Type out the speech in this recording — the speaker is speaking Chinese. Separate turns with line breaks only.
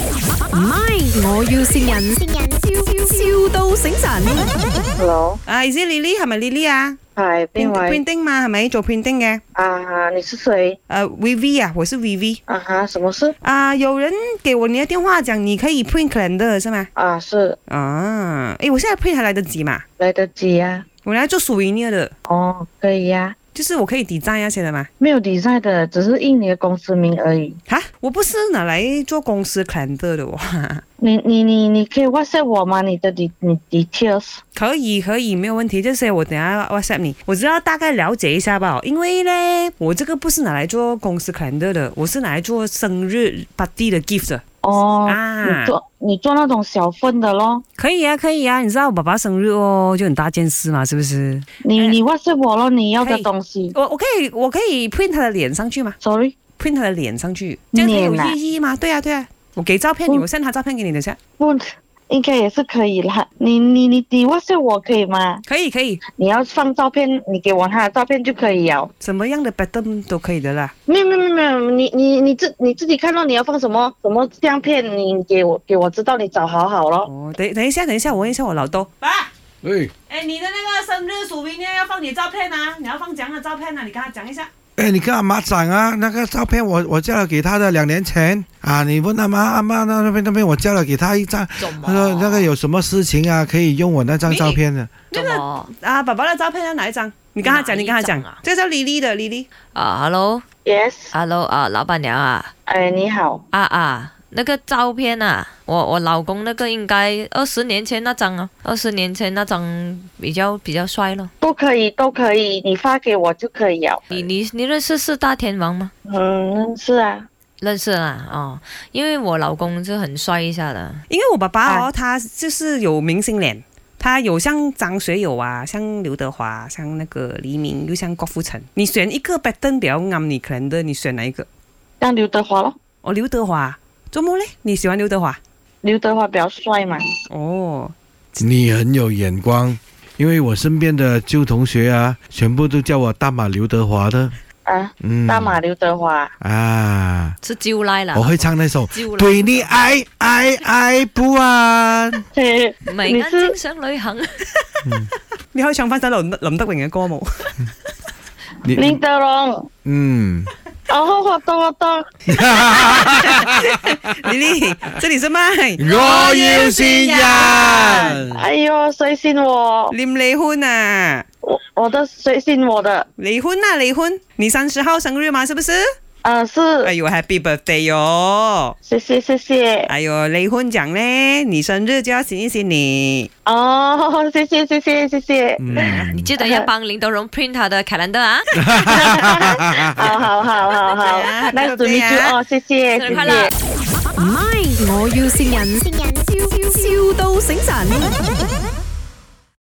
唔係，我要善人，笑笑到醒神。
Hello，
啊，意思 Lily 系咪 Lily 啊？
嗨，边位
printing 嘛，系咪做 printing 嘅？
啊？你是谁？
呃，VV 啊，我是 VV
啊哈，什么事？
啊，有人给我你的电话讲你可以 print calendar 是吗？
啊，是
啊，诶，我现在 print 还来得及嘛？
来得及呀、
我来做 souvenir 的，
哦，可以呀、
就是我可以 design 那些的嘛。
没有比赛的，只是印你的公司名而已。
哈，我不是拿来做公司 calendar 的哦。
你你你你可以 WhatsApp 我吗？你的你你 details
可以可以，没有问题。这些我等一下 WhatsApp 你，我知道大概了解一下吧。因为呢，我这个不是拿来做公司 calendar 的，我是拿来做生日 party 的 gift 的。
哦，
啊
你做你做那种小份的咯。
可以啊，可以啊，你知道我爸爸生日哦，就很大件事嘛，是不是？
你
哎
你 WhatsApp 我咯，你要
可
的
以
东西。
我我可以我可以 print 他的脸上去吗
Sorry，
？print 他的脸上去，这样才有
脸啊
意义吗？对啊对啊，我给照片你，
嗯
我 send 他照片给你，等一下。
不，应该也是可以啦。你你你你 WhatsApp 我可以吗？
可以可以，
你要放照片，你给我他的照片就可以了。
什么样的 pattern 都可以的啦。
没有没有没有没有，你你你自你自己看到你要放什么什么相片，你给我给我知道，你找好好咯。
哦，等等一下等一下，我问一下我老豆。爸，
喂，
哎，你的那个生日署名要放你照片啊，你要放怎样的照片呢、啊？你跟他讲一下。
哎，你跟阿妈讲啊，那个照片我我叫了给她的，两年前啊，你问阿妈，阿妈那那边那边我叫了给她一张，她说那个有什么事情啊，可以用我那张照片的。
那个啊，爸爸的照片要哪一张？你跟他讲，
哪一
你跟他讲
张啊，
这叫 Lily 的 Lily。
啊，hello
Yes，
hello 啊，老板娘啊
哎你好，
啊啊，那个照片啊，我我老公那个应该二十年前那张啊，二十年前那张比较比较帅咯。
都可以都可以，你发给我就可以了。
你你你认识四大天王吗？
嗯，是啊，
认识啦哦，因为我老公就很帅一下的，
因为我爸爸哦，
啊
他就是有明星脸，他有像张学友啊，像刘德华啊，像那个黎明，又像郭富城。你选一个 pattern 比较啱你 calendar，你选哪一个？
像刘德华咯，
哦，刘德华，周末嘞？你喜欢刘德华？
刘德华比较帅嘛。
哦，
你很有眼光，因为我身边的旧同学啊，全部都叫我大马刘德华的。
啊，
嗯，
大马刘德华，
啊，
是揪来啦
我。
哦
会唱那首
揪
《
来，
对你爱爱爱不完》。
嘿，
每
你
眼睛
是
想旅行，
你可以唱翻首林林德榮嘅歌冇？
林
你
德龙，
嗯，
哦，我懂我懂，
Lily，这里是麦，
我要善人。
哎呦，谁信我？
你唔离婚啊？
我我的谁信我的？
离婚啊，离婚！你三十号生日嘛，是不是？
呃，
哎
是，
呦，Happy birthday 哟、哦！
谢谢谢谢，
哎呦，离婚奖嘞，你生日就要醒一醒你。
哦，谢谢谢谢谢谢，
嗯
你记得
哎
要帮林德荣 print 他的 calendar 啊，
好好好好好，那准备就哦，谢谢，
生日
谢
快乐
谢。！
唔係，我要善人，笑笑到醒神。